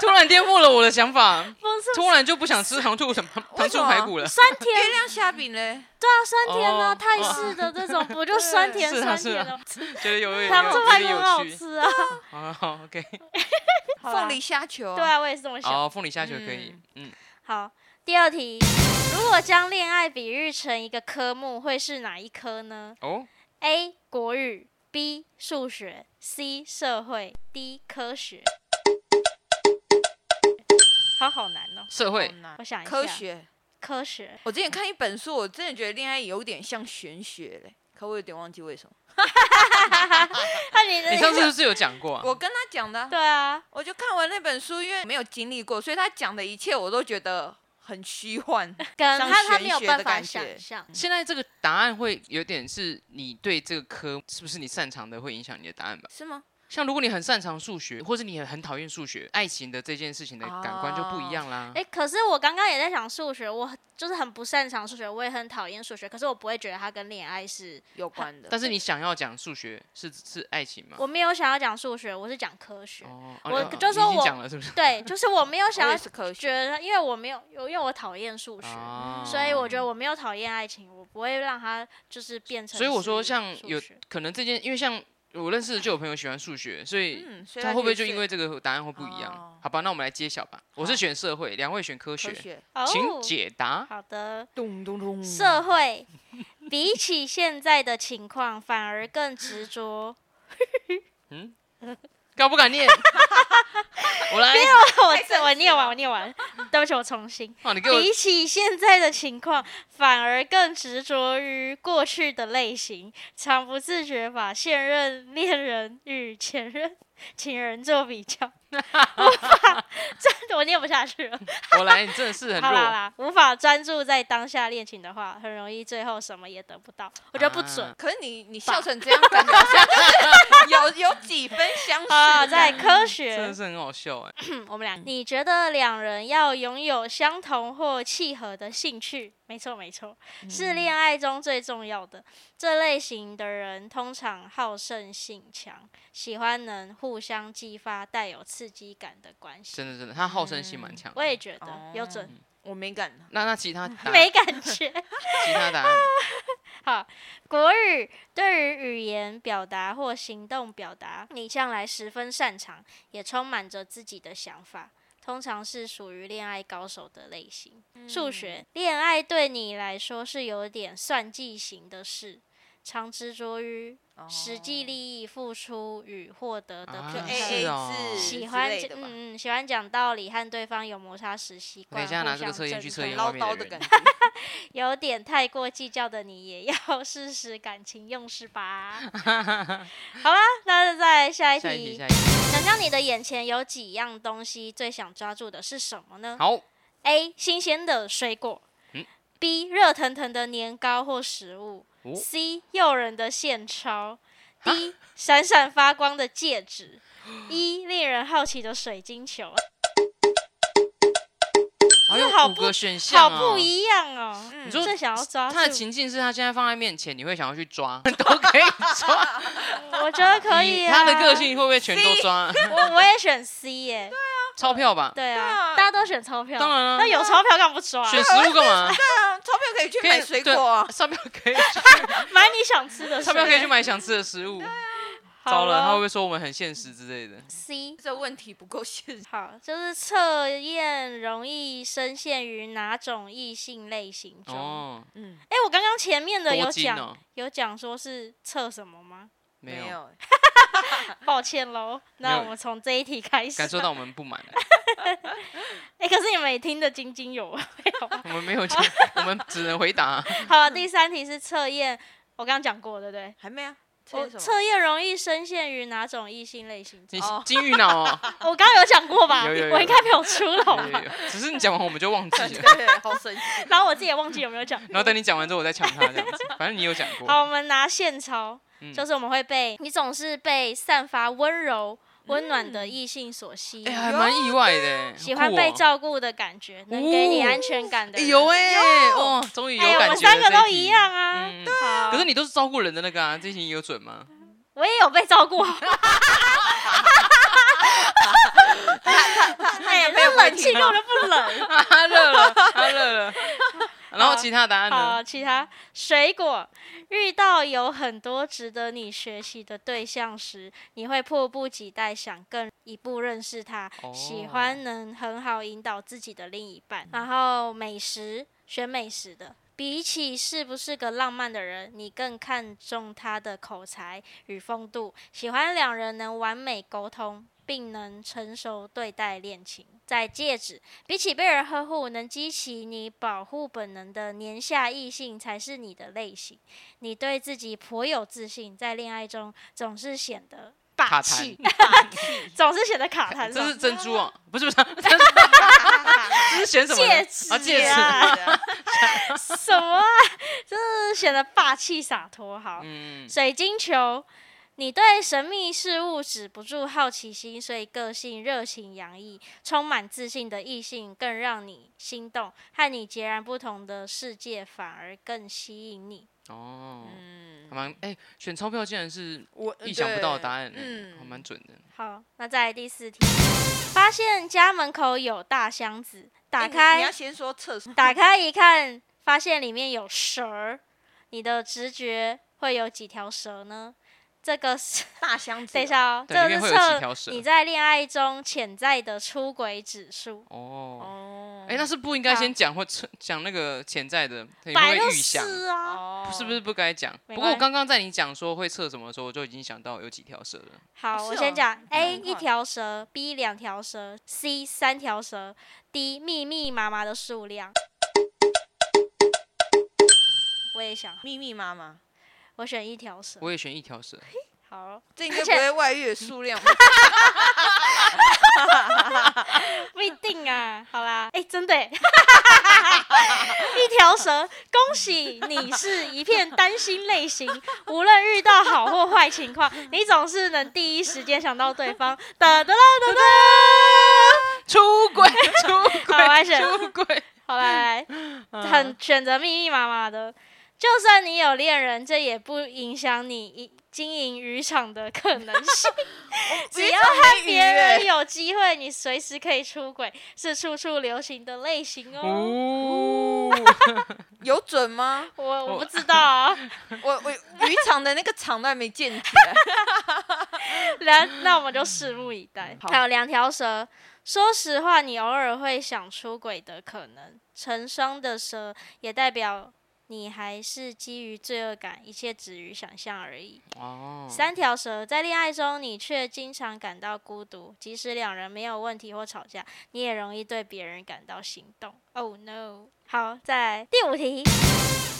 Speaker 1: 突然颠覆了我的想法，
Speaker 2: (laughs) 不是
Speaker 1: 突然就不想吃糖醋什么糖醋排
Speaker 2: (laughs)
Speaker 1: 骨了。
Speaker 2: 酸甜
Speaker 4: 月亮虾饼嘞，
Speaker 2: 啊，酸甜啊，
Speaker 1: 哦
Speaker 2: 泰
Speaker 1: 哦
Speaker 2: 式的这种不就酸甜
Speaker 1: (laughs) 是
Speaker 2: 酸
Speaker 1: 啊是
Speaker 2: 甜
Speaker 1: 啊
Speaker 2: 的吗？
Speaker 1: 觉得有有有
Speaker 2: 糖醋排
Speaker 1: 有
Speaker 2: 骨
Speaker 1: 点
Speaker 2: 很好
Speaker 1: 有趣。
Speaker 2: 吃啊。
Speaker 1: 好好，OK，
Speaker 2: 好啦
Speaker 4: 凤梨虾
Speaker 2: (laughs)
Speaker 4: 球、
Speaker 2: 对，啊，我也是这么想。
Speaker 1: 好，凤梨虾球可以，嗯，
Speaker 2: 好，第二题，如果将恋爱比喻成一个科目，会是哪一科呢
Speaker 1: 哦，
Speaker 2: ？A. 国语 B. 数学 C. 社会 D. 科学。好好难哦，
Speaker 1: 社
Speaker 4: 好
Speaker 1: 会
Speaker 4: 难
Speaker 2: 我想一下。
Speaker 4: 科，学。
Speaker 2: 科学，
Speaker 4: 我之前看一本书，我真的觉得恋爱有点像玄学嘞，可我有点忘记为什么。
Speaker 2: 那你的
Speaker 1: 你上次是不是有讲过啊？
Speaker 4: 我跟他讲的
Speaker 2: (laughs)
Speaker 4: 啊，
Speaker 2: 对啊，
Speaker 4: 我就看完那本书，因为没有经历过，所以他讲的一切我都觉得很虚 (laughs) 幻。
Speaker 2: 可能
Speaker 4: 像
Speaker 2: 他他
Speaker 4: 玄
Speaker 2: 没有
Speaker 4: 学
Speaker 2: 办
Speaker 4: 的
Speaker 2: 法
Speaker 4: 感
Speaker 2: 想
Speaker 4: 觉
Speaker 2: 象。
Speaker 1: 现在这个答案会有点是你对这个科是不是你擅长的，会影响你的答案吧？
Speaker 4: 是吗？
Speaker 1: 像如果你很擅长数学，或是你很很讨厌数学，爱情的这件事情的感官就不一样啦。
Speaker 2: 哎、可是我刚刚也在想数学，我就是很不擅长数学，我也很讨厌数学，可是我不会觉得它跟恋爱是，
Speaker 4: 有关的，
Speaker 1: 但是你想要讲数学是是爱情吗？
Speaker 2: 我没有想要讲数学，我是讲科学。
Speaker 1: 哦，
Speaker 2: 我
Speaker 1: 哦你
Speaker 2: 就说
Speaker 1: 你已经
Speaker 2: 我
Speaker 1: 讲了是不是？
Speaker 2: 对，就是我没有想
Speaker 4: 我
Speaker 2: 要
Speaker 4: 也是科学。
Speaker 2: 觉得，因为我没有，因为我讨厌数学，
Speaker 1: 哦
Speaker 2: 所以我觉得我没有讨厌爱情，我不会让它就是变成。
Speaker 1: 所以我说像有
Speaker 2: 数学
Speaker 1: 可能这件，因为像我认识的就有朋友喜欢数学，所以
Speaker 4: 嗯，所以
Speaker 1: 他
Speaker 4: 它
Speaker 1: 会不会
Speaker 4: 其
Speaker 1: 就
Speaker 4: 实
Speaker 1: 因为这个答案会不一样
Speaker 4: 哦？
Speaker 1: 好吧，那我们来揭晓吧。我是
Speaker 4: 好
Speaker 1: 选社会，两位选科
Speaker 4: 是科
Speaker 1: 学，
Speaker 4: 学？
Speaker 2: 哦
Speaker 1: 请解答。
Speaker 2: 好的，
Speaker 4: 咚咚咚
Speaker 1: 嗯
Speaker 2: 社会比起现在的情况，反而更执着。 (laughs)
Speaker 1: 敢不敢念？ (laughs) 我来，
Speaker 2: 我
Speaker 4: 太
Speaker 2: 这我
Speaker 4: 神奇
Speaker 2: 念完，
Speaker 4: 了
Speaker 2: 我念完，对不起，我重新。
Speaker 1: 哦，你给我
Speaker 2: 比起现在的情况，反而更执着于过去的类型，常不自觉把现任恋人与前任情人做比
Speaker 1: (laughs)
Speaker 2: 较，无法真的我念不下去了。
Speaker 1: 我来，你真的
Speaker 2: (laughs)
Speaker 1: 是很
Speaker 2: 好啦好
Speaker 1: 弱。
Speaker 2: 啦，无法专注在当下恋情的话，很容易最后什么也得不到。我觉得不准
Speaker 1: 啊。
Speaker 4: 可是你你
Speaker 2: 吧
Speaker 4: 笑成这样，感觉好
Speaker 1: (laughs)
Speaker 4: 像就是有有几分相似
Speaker 2: 啊、
Speaker 4: 这样。
Speaker 2: 在科
Speaker 1: 真
Speaker 2: 学
Speaker 1: 的，是很好笑哎、
Speaker 2: 我们俩，你觉得两人要拥有相同或契合的兴趣？没错，没错，是恋爱中最重要的。这类型的人通常好胜心强，喜欢能互相激发带有刺激感的关系。
Speaker 1: 真的真的，他好胜心蛮强的。
Speaker 2: 嗯我也觉得有
Speaker 4: 哦
Speaker 2: 准， (laughs)
Speaker 4: 我没敢。
Speaker 1: 那那其他答
Speaker 2: 没
Speaker 1: 案，
Speaker 2: 感觉。 (laughs)
Speaker 1: 其他答案，
Speaker 2: 好，国语对于语言表达或行动表达，你向来十分擅长，也充满着自己的想法，通常是属于恋爱高手的类型。
Speaker 1: 嗯
Speaker 2: 数学，恋爱对你来说是有点算计型的事。常执着于
Speaker 4: 哦
Speaker 2: 实际利益付出与获得的
Speaker 1: 啊
Speaker 2: 平
Speaker 4: 就
Speaker 2: 衡，
Speaker 1: 是
Speaker 4: A
Speaker 1: 哦
Speaker 4: A 制
Speaker 2: 喜
Speaker 4: 之
Speaker 2: 欢
Speaker 4: 类
Speaker 2: 讲
Speaker 4: 的吧，
Speaker 2: 嗯嗯，喜欢讲道理，和对方有摩擦时习
Speaker 1: 我等
Speaker 2: 惯，
Speaker 1: 一下拿
Speaker 2: 互
Speaker 1: 这个
Speaker 2: 相
Speaker 1: 测验
Speaker 2: 争
Speaker 1: 去测
Speaker 2: 吵
Speaker 1: 验
Speaker 4: 唠叨的感觉。
Speaker 2: (laughs)
Speaker 4: (laughs)
Speaker 2: 有点太过计较的你，也要 (laughs) 试试感情用事吧。
Speaker 1: (laughs)
Speaker 2: 好啦，那再下一
Speaker 1: 下一题，
Speaker 2: 题。
Speaker 1: 下一题。
Speaker 2: 想象你的眼前有几样东西，最想抓住的是什么呢
Speaker 1: 好，
Speaker 2: ？A. 新鲜的水果、
Speaker 1: 嗯
Speaker 2: b 热腾腾的年糕或食物、
Speaker 1: 哦
Speaker 2: c 诱人的现钞，D 闪闪发光的
Speaker 1: (gasps)
Speaker 2: 戒指，E 令人好奇的水晶球。
Speaker 1: 还有哎
Speaker 2: 好
Speaker 1: 五
Speaker 2: 不
Speaker 1: 个选项、
Speaker 2: 好
Speaker 1: 啊，
Speaker 2: 不一样哦！
Speaker 4: 嗯
Speaker 1: 你说
Speaker 2: 最想要抓
Speaker 1: 他的
Speaker 2: 住
Speaker 1: 情境是他现在放在面前，你会想要去抓， (laughs) 都可以抓。(laughs)
Speaker 2: 我觉得可以、
Speaker 1: 你
Speaker 2: 啊。
Speaker 1: 他的个性会不会全都抓？ (laughs)
Speaker 2: 我我也选 C 耶、
Speaker 1: 钞票吧，
Speaker 2: 对
Speaker 4: 对
Speaker 2: 啊，
Speaker 4: 啊
Speaker 2: 大家都选钞票，
Speaker 1: 当然啊
Speaker 2: 那有钞票干嘛不抓？
Speaker 1: 选食物干嘛？
Speaker 4: 啊钞票可以去
Speaker 1: 可以
Speaker 4: 买水果
Speaker 1: (laughs)
Speaker 4: 啊，
Speaker 1: 钞票可以，
Speaker 2: 买你想吃的水，
Speaker 1: 钞票可以去买想吃的食物。糟
Speaker 2: 好啊
Speaker 1: 了，他会不会说我们很现实之类的？
Speaker 2: C。
Speaker 4: 这问题不够现实。
Speaker 2: 好，就是测验容易深陷于哪种异性类型中？哎、
Speaker 1: 哦，
Speaker 4: 嗯，
Speaker 2: 我刚刚前面的有
Speaker 1: 多金
Speaker 2: 讲、
Speaker 1: 哦，
Speaker 2: 有讲说是测什么吗？
Speaker 1: (laughs) 没有。
Speaker 4: 有，
Speaker 2: 抱歉喽，
Speaker 1: 没
Speaker 2: 那
Speaker 1: 有
Speaker 2: 我们从这一题开始。
Speaker 1: 感受到我们不满了，
Speaker 2: 哎、可是你们也听得津津有味。
Speaker 1: 我们没有讲，我们只能回答。
Speaker 2: 好，第三题是测验，我刚刚讲过，对不对？
Speaker 4: 还没啊？
Speaker 2: 我
Speaker 4: 测
Speaker 1: 哦
Speaker 4: 什么？
Speaker 2: 测验容易深陷于哪种异性类型中？啊
Speaker 1: 你
Speaker 4: 哦
Speaker 1: 金玉脑哦，
Speaker 2: (laughs) 我刚刚有讲过吧？
Speaker 1: 有有有
Speaker 2: 我应该没有出笼
Speaker 1: 有有
Speaker 2: 吧？
Speaker 1: 有只是你讲完我们就忘记
Speaker 4: (laughs)
Speaker 1: 了，
Speaker 4: 对，好神奇。
Speaker 2: 然后我自己也忘记有没有讲。
Speaker 1: 然后等你讲完之后我再抢他这样子。反正你有讲过，
Speaker 2: 好，我们拿现钞，
Speaker 1: 嗯
Speaker 2: 就是我们会被你总是被散发温柔、温暖的异性所吸
Speaker 1: 哎，
Speaker 2: 引，
Speaker 1: 还蛮意外的，
Speaker 2: 喜欢
Speaker 1: 酷哦
Speaker 2: 被照顾的感觉，能给你安全感的
Speaker 1: 哎
Speaker 2: 人。
Speaker 4: 啊
Speaker 1: 有哎，哦，终于有
Speaker 2: 哎，我
Speaker 1: 感
Speaker 2: 们
Speaker 1: 觉了。
Speaker 2: 三个都
Speaker 1: 这题
Speaker 2: 一样，啊。
Speaker 1: 嗯，(laughs)
Speaker 2: 好
Speaker 1: 可是你都是照顾人的那个啊，这题有准吗？
Speaker 2: 我也有被照顾，哎，那冷气
Speaker 1: 啊
Speaker 2: 根本就不
Speaker 1: (laughs)
Speaker 2: 冷。
Speaker 1: (laughs) 他乐了，他乐了。 (laughs) 然后其他答案
Speaker 2: 好，
Speaker 1: 呢？
Speaker 2: 其他水果，遇到有很多值得你学习的对象时，你会迫不及待想更一步认识他，喜欢能很好引导自己的另一半。然后美食，选美食的。比起是不是个浪漫的人，你更看重他的口才与风度。喜欢两人能完美沟通，并能成熟对待恋情。在戒指，比起被人呵护，能激起你保护本能的年下异性才是你的类型。你对自己颇有自信，在恋爱中总是显得霸
Speaker 1: 卡痰
Speaker 2: 气， (laughs) 总是显得卡痰。
Speaker 1: 这
Speaker 2: 上
Speaker 1: 是珍珠哦，不是不是， (laughs) 这是这是选什么
Speaker 2: 戒
Speaker 1: 的？
Speaker 2: 指
Speaker 1: 啊，戒指。
Speaker 2: 啊
Speaker 1: (laughs)
Speaker 4: 是
Speaker 2: (laughs)
Speaker 4: 啊
Speaker 2: 什么、啊？就是显得霸气洒脱。好，
Speaker 1: 嗯，
Speaker 2: 水晶球，你对神秘事物止不住好奇心，所以个性热情洋溢，充满自信的异性更让你心动，和你截然不同的世界反而更吸引你。
Speaker 1: 哦，
Speaker 4: 嗯
Speaker 1: 还蛮哎，选钞票竟然是
Speaker 4: 我
Speaker 2: 呃
Speaker 1: 意想不到的答案，嗯，
Speaker 4: 嗯，
Speaker 1: 还蛮准的。
Speaker 2: 好，那再来第四题，发现家门口有大箱子，打
Speaker 4: 哎你
Speaker 2: 开、
Speaker 4: 你要先说厕所，
Speaker 2: 打开一看，发现里面有蛇儿，你的直觉会有几条蛇呢？这个是
Speaker 4: (laughs) 大箱
Speaker 2: (laughs)
Speaker 4: 子，
Speaker 2: 等一，下哦，
Speaker 1: 对，
Speaker 2: 这
Speaker 1: 里面
Speaker 2: 个
Speaker 1: 会
Speaker 2: 是
Speaker 1: 有几
Speaker 2: 测
Speaker 1: 条蛇
Speaker 2: 你。在恋爱中潜在的出轨指数。
Speaker 1: 哦，
Speaker 4: 哦，
Speaker 1: 哎，那是不应该
Speaker 2: 好
Speaker 1: 先讲或趁讲那个潜在的，你会
Speaker 2: 百
Speaker 1: 不
Speaker 2: 六
Speaker 1: 会预想？
Speaker 2: 十啊！
Speaker 4: 哦
Speaker 1: 不是不是不该讲？
Speaker 2: 没
Speaker 1: 不过
Speaker 2: 关
Speaker 1: 我
Speaker 2: 系
Speaker 1: 刚刚在你讲说会测什么的时候，我就已经想到有几条蛇了。
Speaker 2: 好，
Speaker 4: 哦
Speaker 2: 我
Speaker 4: 是
Speaker 2: 先
Speaker 4: 哦
Speaker 2: 讲：A
Speaker 4: 嗯
Speaker 2: 一条蛇，B 两条蛇，C 三条蛇，D 密密麻麻的数量。我也想，
Speaker 4: 密密麻麻，
Speaker 2: 我选一条蛇。
Speaker 1: 我也选一条蛇，
Speaker 2: 好，
Speaker 4: 这
Speaker 2: 而
Speaker 4: 应该不
Speaker 2: 且
Speaker 4: 会外遇的数量吧？
Speaker 2: (laughs) 不一定啊。好啦，哎、真的耶， (laughs) 一条蛇，恭喜你是一片担心类型。无论遇到好或坏情况，你总是能第一时间想到对方。哒哒啦哒哒。
Speaker 1: 出轨出轨
Speaker 2: 好，我来选。
Speaker 1: 出轨，
Speaker 2: 好，来来，
Speaker 1: 嗯
Speaker 2: 很选择密密麻麻的。就算你有恋人，这也不影响你一经营渔场的可能
Speaker 1: (laughs)
Speaker 2: 性。只要和别人有机会，你随时可以出轨，是处处流行的类型哦。
Speaker 1: 哦，
Speaker 4: 有准吗？
Speaker 2: 我我
Speaker 1: 我
Speaker 2: 不知道啊， (laughs)
Speaker 4: 我我渔场的那个场都还没建起来，
Speaker 2: 那那我们就拭目以待。
Speaker 4: 好
Speaker 2: 还有两条蛇，说实话，你偶尔会想出轨的可能，成双的蛇也代表你还是基于罪恶感，一切止于想象而已。
Speaker 1: 哦，
Speaker 2: 三条蛇，在恋爱中你却经常感到孤独，即使两人没有问题或吵架，你也容易对别人感到心动。Oh no！好，再来第五题。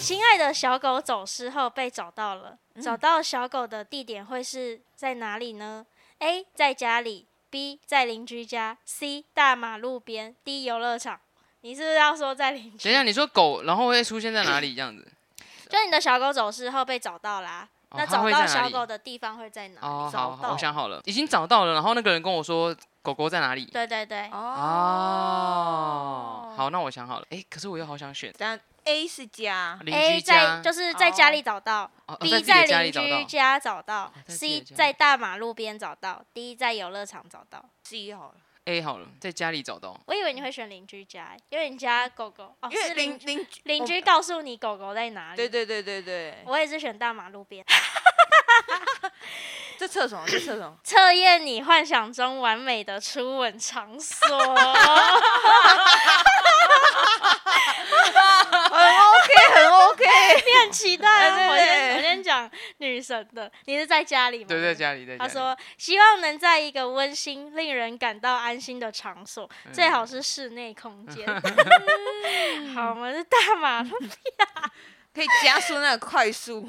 Speaker 2: 心爱的小狗走失后被找到了，
Speaker 1: 嗯
Speaker 2: 找到小狗的地点会是在哪里呢？A 在家里，B 在邻居家，C 大马路边，D 游乐场。你是不是要说在邻
Speaker 1: 等
Speaker 2: 居
Speaker 1: 一？下，你说狗，然后会出现在哪里？这样子，
Speaker 2: 就你的小狗走失后被找到啦，
Speaker 1: 哦
Speaker 2: 那
Speaker 1: 它
Speaker 2: 找
Speaker 1: 会
Speaker 2: 到
Speaker 1: 在哪
Speaker 2: 小
Speaker 1: 里
Speaker 2: 狗的地方会在哪？
Speaker 1: 哦，
Speaker 4: 找
Speaker 1: 好，好
Speaker 4: 到
Speaker 1: 我想好了，已经找到了。然后那个人跟我说狗狗在哪里？
Speaker 2: 对对对，
Speaker 1: 哦，好，那我想好了。哎，可是我又好想选
Speaker 4: 但 A 是家，
Speaker 1: 邻
Speaker 2: A
Speaker 1: 居家
Speaker 2: 在，就是在家里找到、
Speaker 1: 哦哦
Speaker 2: b
Speaker 1: 自己的家
Speaker 2: 邻
Speaker 1: 里找
Speaker 2: 居
Speaker 1: 到。哦
Speaker 2: 家找到
Speaker 1: 在自
Speaker 2: ，C
Speaker 1: 己的家
Speaker 2: 在大马路边找到，D 在游乐场找到。
Speaker 4: C 好了，
Speaker 1: A 好了，在家里找到。
Speaker 2: 我以为你会选邻居家、欸因为你家狗狗哦，
Speaker 4: 因为
Speaker 2: 是
Speaker 4: 邻
Speaker 2: 邻
Speaker 4: 邻居
Speaker 1: 哦
Speaker 2: 邻居告诉你狗狗在哪里。
Speaker 4: 对对对对对，
Speaker 2: 我也是选大马路边，
Speaker 4: 这厕所这厕 (laughs) 所
Speaker 2: 测验你幻想中完美的初吻场所。
Speaker 4: 很哦 OK 很 OK，
Speaker 2: 你很期
Speaker 1: (laughs)
Speaker 2: 待
Speaker 4: 对对
Speaker 1: 哎
Speaker 2: 啊！我
Speaker 4: 对
Speaker 2: 先我先讲女神的，你是在家里吗？
Speaker 1: 对，在家里，在家
Speaker 2: 他
Speaker 1: 里。
Speaker 2: 说：“希望能在一个温馨、令人感到安心的场所，
Speaker 1: 嗯
Speaker 2: 最好是室内
Speaker 1: (laughs)
Speaker 2: 空间。好，我们是大马路，
Speaker 4: 可以加速那个快速，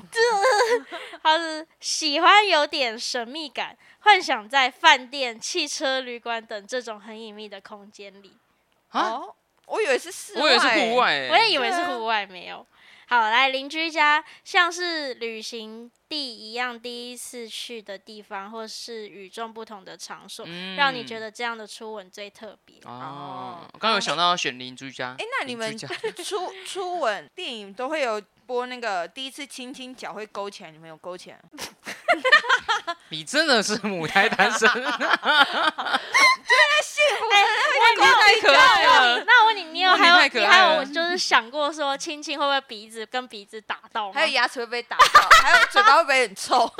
Speaker 2: 他是喜欢有点神秘感，幻想在饭店、汽车旅馆等这种很隐秘的空间里。
Speaker 1: 啊，
Speaker 4: 哦，我以为是室外，
Speaker 1: 我以为是户，外
Speaker 2: 我
Speaker 1: 欸，
Speaker 2: 也以为是
Speaker 4: 对啊
Speaker 2: 户外，没有。好，来邻居家，像是旅行地一样，第一次去的地方，或是与众不同的场所，
Speaker 1: 嗯
Speaker 2: 让你觉得这样的初吻最特别。
Speaker 1: 哦，我刚刚有想到要选邻居家。
Speaker 4: 哎，那你们
Speaker 1: 邻居家
Speaker 4: (laughs) 初初吻电影都会有播那个第一次亲亲脚会勾起来，你们有勾起来 (laughs) 吗？
Speaker 1: 你真的是母胎单身，
Speaker 4: (laughs)
Speaker 2: 哎、
Speaker 1: 你太可爱了。
Speaker 2: (laughs) 那我问你，你有
Speaker 1: 哇你
Speaker 2: 还有
Speaker 1: 太可
Speaker 2: 你还
Speaker 1: 爱
Speaker 2: 有
Speaker 1: 了
Speaker 2: 就是想过说亲亲会不会鼻子跟鼻子打到吗？
Speaker 4: 还有牙齿会被打到，还有嘴巴会不会很臭？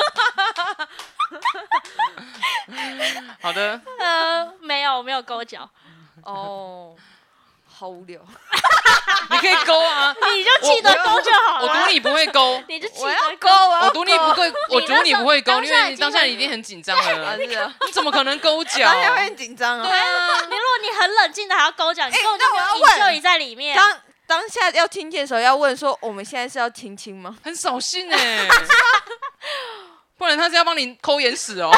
Speaker 1: 好的， (laughs)
Speaker 2: 呃，没有，我没有勾脚。
Speaker 4: (laughs) 哦， (laughs) 好无聊。 (laughs)
Speaker 1: 你可以勾啊，
Speaker 2: 你就记得勾就好啊
Speaker 1: 我
Speaker 2: 了
Speaker 1: 赌，你不会勾，
Speaker 2: 你就记
Speaker 4: 我要
Speaker 2: 得
Speaker 4: 勾，我
Speaker 1: 我
Speaker 4: 要
Speaker 1: 赌你不会，我赌你不会勾，
Speaker 2: 你那时候
Speaker 1: 因为你当
Speaker 2: 当
Speaker 1: 下
Speaker 2: 下
Speaker 1: 你一
Speaker 2: 已经很
Speaker 1: 定很紧张
Speaker 4: 啊，
Speaker 1: 了，
Speaker 4: 是啊，
Speaker 1: 你怎么可能勾脚？
Speaker 4: 当下会很紧张啊。
Speaker 2: 你如果你很冷静的还要勾讲，你
Speaker 4: 哎
Speaker 2: 根本就
Speaker 4: 那
Speaker 2: 没
Speaker 4: 我要
Speaker 2: 有
Speaker 4: 问
Speaker 2: 引咎于在里面。
Speaker 4: 当当下要听见的时候，要问说我们现在是要亲亲吗？ (laughs)
Speaker 1: 很扫兴哎、不然他是要帮你抠眼屎哦。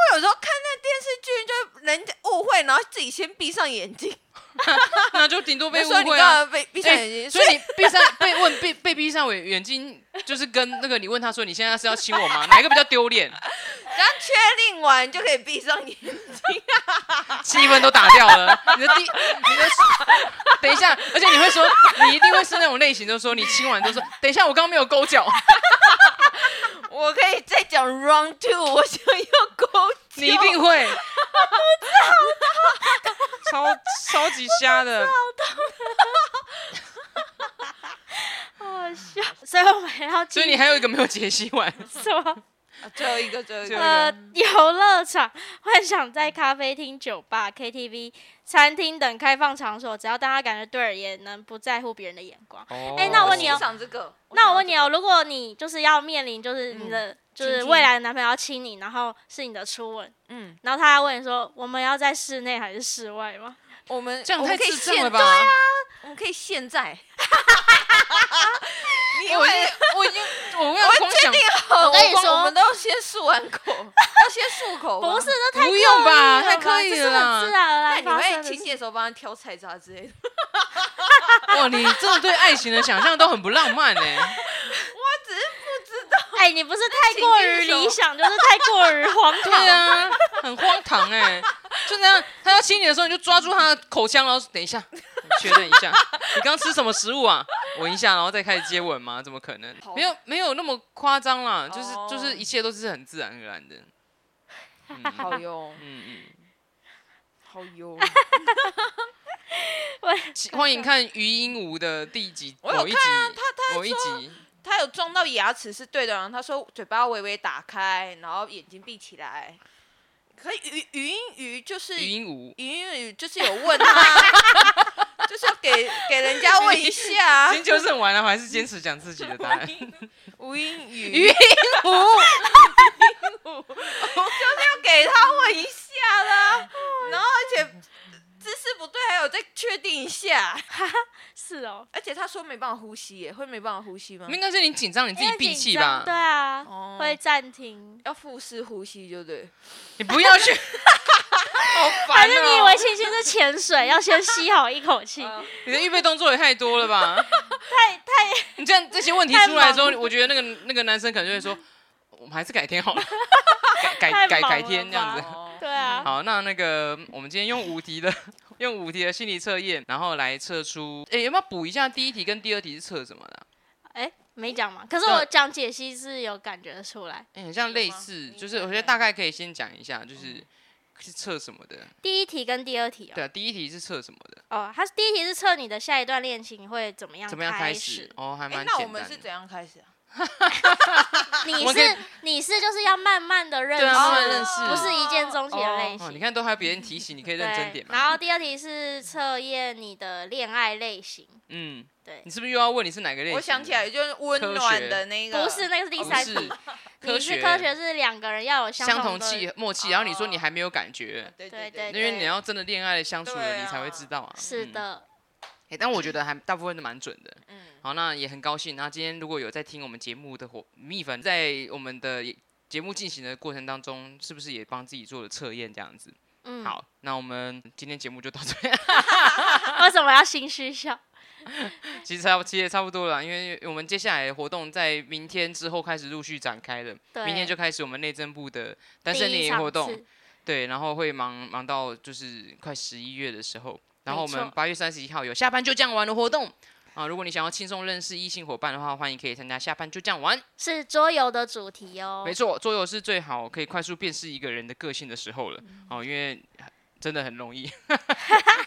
Speaker 4: 我有时候看那电视剧，就人家误会，然后自己先闭上眼睛，
Speaker 1: 那就顶多被
Speaker 4: 就
Speaker 1: 误
Speaker 4: 说你
Speaker 1: 会
Speaker 4: 干
Speaker 1: 啊。
Speaker 4: 嘛被闭上眼睛？
Speaker 1: 所以你闭上被问被被闭上眼眼睛，就是跟那个你问他说你现在是要亲我吗？哪一个比较丢脸？
Speaker 4: 只要确定完就可以闭上眼睛。
Speaker 1: 气氛都打掉了。 (laughs) 你的第你的等一下，而且你会说你一定会是那种类型，就是说你亲完就说等一下我刚刚没有勾 (laughs) 脚，
Speaker 4: 我可以再讲 round two，我想要勾脚。
Speaker 1: 你一定会。超超级瞎的，
Speaker 2: 好笑，所以我们要
Speaker 1: 所以你
Speaker 2: 记
Speaker 1: 还有一个没有解析 (laughs) 完，
Speaker 2: 什么？
Speaker 4: 啊哎最后一个，最后一
Speaker 1: 最
Speaker 4: 个
Speaker 1: 后一。个
Speaker 2: 呃，游乐场、幻想在咖啡厅、酒吧、KTV、餐厅等开放场所，只要大家感觉对儿，也能不在乎别人的眼光。哎那我问你哦
Speaker 4: 欣赏这个。
Speaker 2: 那我问你哦，如果你就是要面临，就是你
Speaker 1: 嗯
Speaker 2: 的、就是
Speaker 4: 亲
Speaker 2: 未来的男朋友要亲你，然后是你的初吻，
Speaker 4: 嗯，
Speaker 2: 然后他要问你说，我们要在室内还是室外吗？
Speaker 4: 我们
Speaker 1: 这样
Speaker 4: 我
Speaker 1: 太
Speaker 4: 们可以
Speaker 1: 智障了
Speaker 4: 现
Speaker 1: 吧？
Speaker 4: 在，我们可以现在。你
Speaker 1: 我已
Speaker 4: 会
Speaker 1: 经 (laughs) 我已经我要
Speaker 4: 我
Speaker 1: 光
Speaker 4: 确
Speaker 1: 想
Speaker 4: 定好，
Speaker 2: 我跟你
Speaker 4: 光
Speaker 2: 说
Speaker 4: 啊我们都要先漱完口， (laughs) 要先漱口吧。
Speaker 2: 不是，这太
Speaker 1: 不用吧，
Speaker 2: 刻意
Speaker 1: 太
Speaker 2: 了
Speaker 1: 刻意了
Speaker 2: 这是很自
Speaker 1: 啦！
Speaker 2: 然而
Speaker 4: 那
Speaker 2: 然
Speaker 4: 啊你
Speaker 2: 发生
Speaker 4: 会
Speaker 2: 的
Speaker 4: 清
Speaker 2: 事。
Speaker 4: 洁的时候帮他挑菜渣之类的？
Speaker 1: 哇，你真的对爱情的想象都很不浪漫哎、
Speaker 2: 哎、你不是太过于理想，就是太过于荒唐。
Speaker 1: (laughs) 对啊，很荒唐哎、就那样，他要亲你的时候，你就抓住他的口腔，然后说等一下，我确认一下，你刚吃什么食物啊？闻一下，然后再开始接吻吗？怎么可能？
Speaker 4: 好
Speaker 1: 没有没有那么夸张啦，就是
Speaker 4: 哦
Speaker 1: 就是一切都是很自然而然的。嗯
Speaker 4: 好 (laughs) 哟，
Speaker 1: 嗯嗯。
Speaker 4: 好哟。
Speaker 1: 请嗯欢迎看余英武的第几
Speaker 4: 我有
Speaker 1: 某一集，某一集，
Speaker 4: (laughs) 他有撞到牙齿是对的，然后他说嘴巴微微打开，然后眼睛闭起来。可语语音语就是
Speaker 1: 余英武
Speaker 4: 语音语就是有问他， (laughs) 就是要给给人家问一下
Speaker 1: 今。天纠正完了，我还是坚持讲自己的答
Speaker 4: (laughs)
Speaker 1: 案。
Speaker 4: 吴英
Speaker 1: 余
Speaker 4: 语
Speaker 1: 英武，
Speaker 4: 要给他问一下啦，然后而且姿势不对，还有再确定一下。
Speaker 2: 是哦，
Speaker 4: 而且他说没办法呼吸耶，会没办法呼吸吗？
Speaker 1: 应该是你紧张，你自己
Speaker 2: 因为
Speaker 1: 闭
Speaker 2: 紧
Speaker 1: 气
Speaker 2: 张
Speaker 1: 吧
Speaker 2: 对。啊，
Speaker 4: 哦
Speaker 2: 会暂停。
Speaker 4: 要腹式呼吸，就对。
Speaker 1: 你不要去，好
Speaker 2: 反
Speaker 1: 烦
Speaker 2: 正你以
Speaker 1: 哦！
Speaker 2: 为庆幸是潜水，要先吸好一口气。
Speaker 4: 嗯
Speaker 1: 你的预备动作也太多了
Speaker 2: (laughs)
Speaker 1: 吧？太太，你这样这些问题出来之后，我觉得那个那个男生可能就会说，我们还是改天好了，改改改
Speaker 2: (laughs) 太忙
Speaker 1: 改
Speaker 2: 了
Speaker 1: 天这样子
Speaker 2: 吧。
Speaker 4: 哦 (laughs)
Speaker 2: 对啊，
Speaker 1: 好，那那个我们今天用五题的 (laughs) 用五题的心理测验，然后来测出，诶，要不要补一下第一题跟第二题是测什么的啊？
Speaker 2: 哎、没讲嘛。可是
Speaker 1: 那
Speaker 2: 我讲解析是有感觉出来。
Speaker 1: 诶，很像类
Speaker 2: 啊
Speaker 4: 吗
Speaker 1: 似，
Speaker 4: 嗯
Speaker 1: 就是我觉得大概可以先讲一
Speaker 2: 嗯
Speaker 1: 下，就是是测什么的。
Speaker 2: 第一题跟第二题哦，
Speaker 1: 对啊，第一题是测什么的？
Speaker 2: 哦，它是第一题是测你的下一段恋情会怎么样
Speaker 1: 怎么样
Speaker 2: 开
Speaker 1: 开 (laughs) 始？？哦，还
Speaker 4: 哎、
Speaker 1: 蛮
Speaker 4: 那我
Speaker 1: 简
Speaker 4: 们
Speaker 1: 单
Speaker 4: 是
Speaker 1: 的。
Speaker 4: 怎样开始啊？
Speaker 2: 你
Speaker 1: 我们可以
Speaker 2: 是你是就是要慢慢的认识，
Speaker 1: 对啊慢慢
Speaker 4: 认识
Speaker 2: 不是一见钟情的类型。
Speaker 1: 哦，你看都还有别人提醒，你可以认真
Speaker 2: 对
Speaker 1: 点，嘛。
Speaker 2: 然后第二题是测验你的恋爱类型，
Speaker 1: 嗯，
Speaker 2: 对
Speaker 1: 你，是不是又要问你是哪个类型的？
Speaker 4: 我想起来，就是温
Speaker 1: 科
Speaker 4: 暖
Speaker 1: 学
Speaker 4: 的那个。
Speaker 2: 不是，那个是第
Speaker 1: 不
Speaker 2: 三
Speaker 1: 哦是
Speaker 2: 题，
Speaker 1: 科
Speaker 2: 你
Speaker 1: 学
Speaker 2: 是科学是两个人要有
Speaker 1: 相同
Speaker 2: 同的
Speaker 1: 气默契，然后你说你
Speaker 4: 哦
Speaker 1: 还没有感觉，
Speaker 4: 对
Speaker 2: 对
Speaker 4: 对
Speaker 1: 因
Speaker 2: 对
Speaker 1: 为你要真的恋爱的相处了，
Speaker 4: 对
Speaker 1: 你才会
Speaker 4: 啊
Speaker 1: 知道啊。
Speaker 2: 是
Speaker 1: 嗯，
Speaker 2: 的，
Speaker 1: 诶但我觉得还大部分都蛮准的。
Speaker 4: 嗯，
Speaker 1: 好，那也很高兴。那今天如果有在听我们节目的伙蜜粉，在我们的节目进行的过程当中，是不是也帮自己做了测验这样子？
Speaker 2: 嗯，
Speaker 1: 好，那我们今天节目就到这边， (laughs)
Speaker 2: 为什么要心虚笑？
Speaker 1: 其实差不其实也差不多了，因为我们接下来的活动在明天之后开始陆续展开了。
Speaker 2: 对，
Speaker 1: 明天就开始我们内政部的单
Speaker 2: 第
Speaker 1: 身联
Speaker 2: 一
Speaker 1: 谊活
Speaker 2: 场
Speaker 1: 动
Speaker 2: 次，，
Speaker 1: 对，然后会忙忙到就是快十一月的时候，然后我
Speaker 2: 没
Speaker 1: 们
Speaker 2: 错
Speaker 1: 八月三十一号有下班就这样玩的活动啊，如果你想要轻松认识异性伙伴的话，欢迎可以参加下班就这样玩。
Speaker 2: 是桌游的主题哦嗯
Speaker 1: 没。错，桌游是最好可以快速辨识一个人的个性的时候了哦，因为真的很容易， (laughs)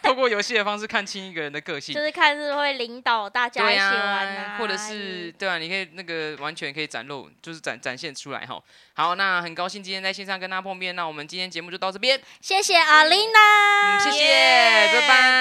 Speaker 1: 透过游戏的方式看清一个人的个性
Speaker 2: 就。是看是会领导大家一
Speaker 1: 对
Speaker 2: 起玩
Speaker 1: 啊，或者是对啊，你可以那个完全可以展露，就是展展现出来哈。好，那很高兴今天在线上跟大家碰面，那我们今天节目就到这边，
Speaker 2: 谢谢阿琳娜，
Speaker 1: 嗯，谢谢，
Speaker 4: 耶
Speaker 1: 拜拜，